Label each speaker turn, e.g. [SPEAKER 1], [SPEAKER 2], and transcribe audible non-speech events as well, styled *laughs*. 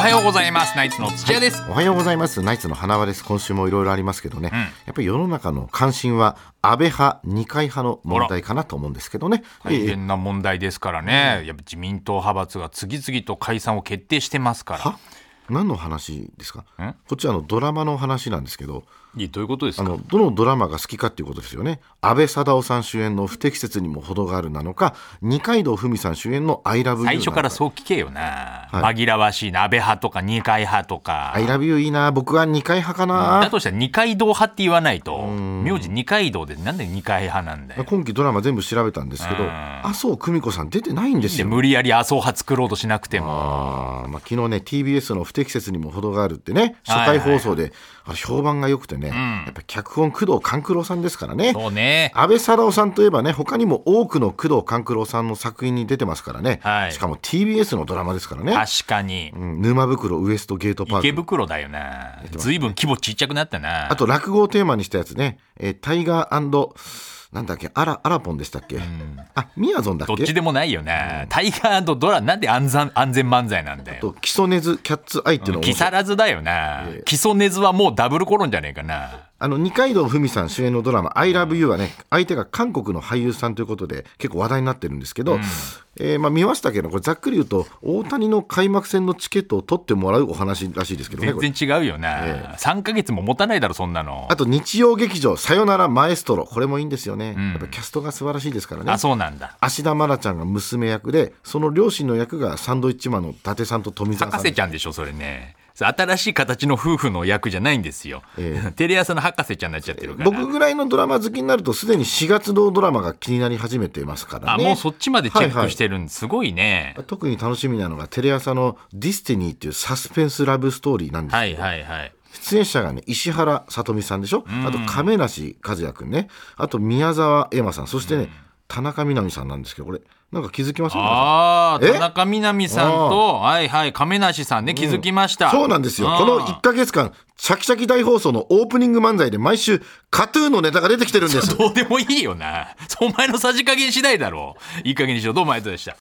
[SPEAKER 1] はようございますナイツの土屋です、
[SPEAKER 2] おはようございますナイツの花輪です今週もいろいろありますけどね、
[SPEAKER 1] ん
[SPEAKER 2] やっぱり世の中の関心は安倍派二階派の問題かなと思うんですけどね、
[SPEAKER 1] 大
[SPEAKER 2] ええ
[SPEAKER 1] 変な問題ですからね、やっぱ自民党派閥が次々と解散を決定してますから
[SPEAKER 2] は何の話ですか
[SPEAKER 1] ん
[SPEAKER 2] こっちはあのドラマの話なんですけど
[SPEAKER 1] いやどういうことです
[SPEAKER 2] あ
[SPEAKER 1] か
[SPEAKER 2] のどのドラマが好きかっていうことですよね安倍貞夫さん主演の「不適切にも程がある」なのか二階堂ふみさん主演の「アイラブユー
[SPEAKER 1] 最初から
[SPEAKER 2] う
[SPEAKER 1] そう聞けよな、
[SPEAKER 2] は
[SPEAKER 1] 紛らわしいな安倍派とか二階派と
[SPEAKER 2] 「
[SPEAKER 1] か
[SPEAKER 2] アイラブユーいいな僕は二階派かな、
[SPEAKER 1] だとしたら二階堂派って言わないと名字二階堂でなんで二階派なんだよ
[SPEAKER 2] 今期ドラマ全部調べたんですけど
[SPEAKER 1] うん
[SPEAKER 2] 麻生久美子さん出てないんです
[SPEAKER 1] で
[SPEAKER 2] よ
[SPEAKER 1] 無理やり麻生派作ろうとしなくても
[SPEAKER 2] あーまあ、昨日ね TBS の「不適切にも程がある」ってね初回放送で、あれ評判が良くてね、やっぱ脚本工藤官九郎さんですからね
[SPEAKER 1] そうね
[SPEAKER 2] 安倍貞夫さんといえばね他にも多くの工藤官九郎さんの作品に出てますからね、
[SPEAKER 1] はい
[SPEAKER 2] しかも TBS のドラマですからね、
[SPEAKER 1] 確かに
[SPEAKER 2] うん、沼袋ウエストゲートパ
[SPEAKER 1] 池
[SPEAKER 2] ーク
[SPEAKER 1] 袋だよなずいぶん規模ちっちゃくなったな
[SPEAKER 2] あと落語をテーマにしたやつね、えータイガーなんだっけアラアラポンでしたっけ、あみやぞんだっ
[SPEAKER 1] どっ
[SPEAKER 2] け
[SPEAKER 1] ちでもないよな、タイガードラなんで安全安全漫才なんだよ
[SPEAKER 2] と基礎根津キャッツアイっていうのを
[SPEAKER 1] 木更津だよな、
[SPEAKER 2] ええ
[SPEAKER 1] 基礎根津はもうダブルコロンじゃねえかな
[SPEAKER 2] あの二階堂ふみさん主演のドラマ「ILOVEYOU」はね相手が韓国の俳優さんということで結構話題になってるんですけど、えーまあ、見ましたけどこれざっくり言うと大谷の開幕戦のチケットを取ってもらうお話らしいですけどねこれ
[SPEAKER 1] 全然違うよな、三3か月も持たないだろそんなの
[SPEAKER 2] あと日曜劇場「さよならマエストロ」これもいいんですよね、
[SPEAKER 1] ん
[SPEAKER 2] やっぱキャストが素晴らしいですからね
[SPEAKER 1] あそうなんだ
[SPEAKER 2] 芦田愛菜ちゃんが娘役でその両親の役がサンドイッチマンの伊達さんと富澤さ
[SPEAKER 1] 博
[SPEAKER 2] ん
[SPEAKER 1] 士ちゃんでしょそれね新しい形の夫婦の役じゃないんですよ、
[SPEAKER 2] え
[SPEAKER 1] *laughs* テレ朝の博士ちゃんになっちゃってるから、
[SPEAKER 2] 僕ぐらいのドラマ好きになるとすでに4月のドラマが気になり始めていますから
[SPEAKER 1] あ
[SPEAKER 2] ね
[SPEAKER 1] もうそっちまでチェッ
[SPEAKER 2] はいは
[SPEAKER 1] ク
[SPEAKER 2] い
[SPEAKER 1] してるんですごいね
[SPEAKER 2] 特に楽しみなのがテレ朝の「ディスティニー」っていうサスペンスラブストーリーなんです、
[SPEAKER 1] はいはいはい
[SPEAKER 2] 出演者がね石原さとみさんでしょあと亀梨和也くんねあと宮沢エマさんそしてね、田中みな実さんなんですけどこれなんか気づきませんか
[SPEAKER 1] ああ
[SPEAKER 2] え
[SPEAKER 1] 田中みな実さんとはいはい亀梨さんね気づきました、
[SPEAKER 2] そうなんですよ
[SPEAKER 1] あー
[SPEAKER 2] この1ヶ月間シャキシャキ大放送のオープニング漫才で毎週カトゥーンのネタが出てきてるんです
[SPEAKER 1] どうでもいいよな。そうお前のさじ加減次第だろう。いい加減にしろ。どうもありがとうございました。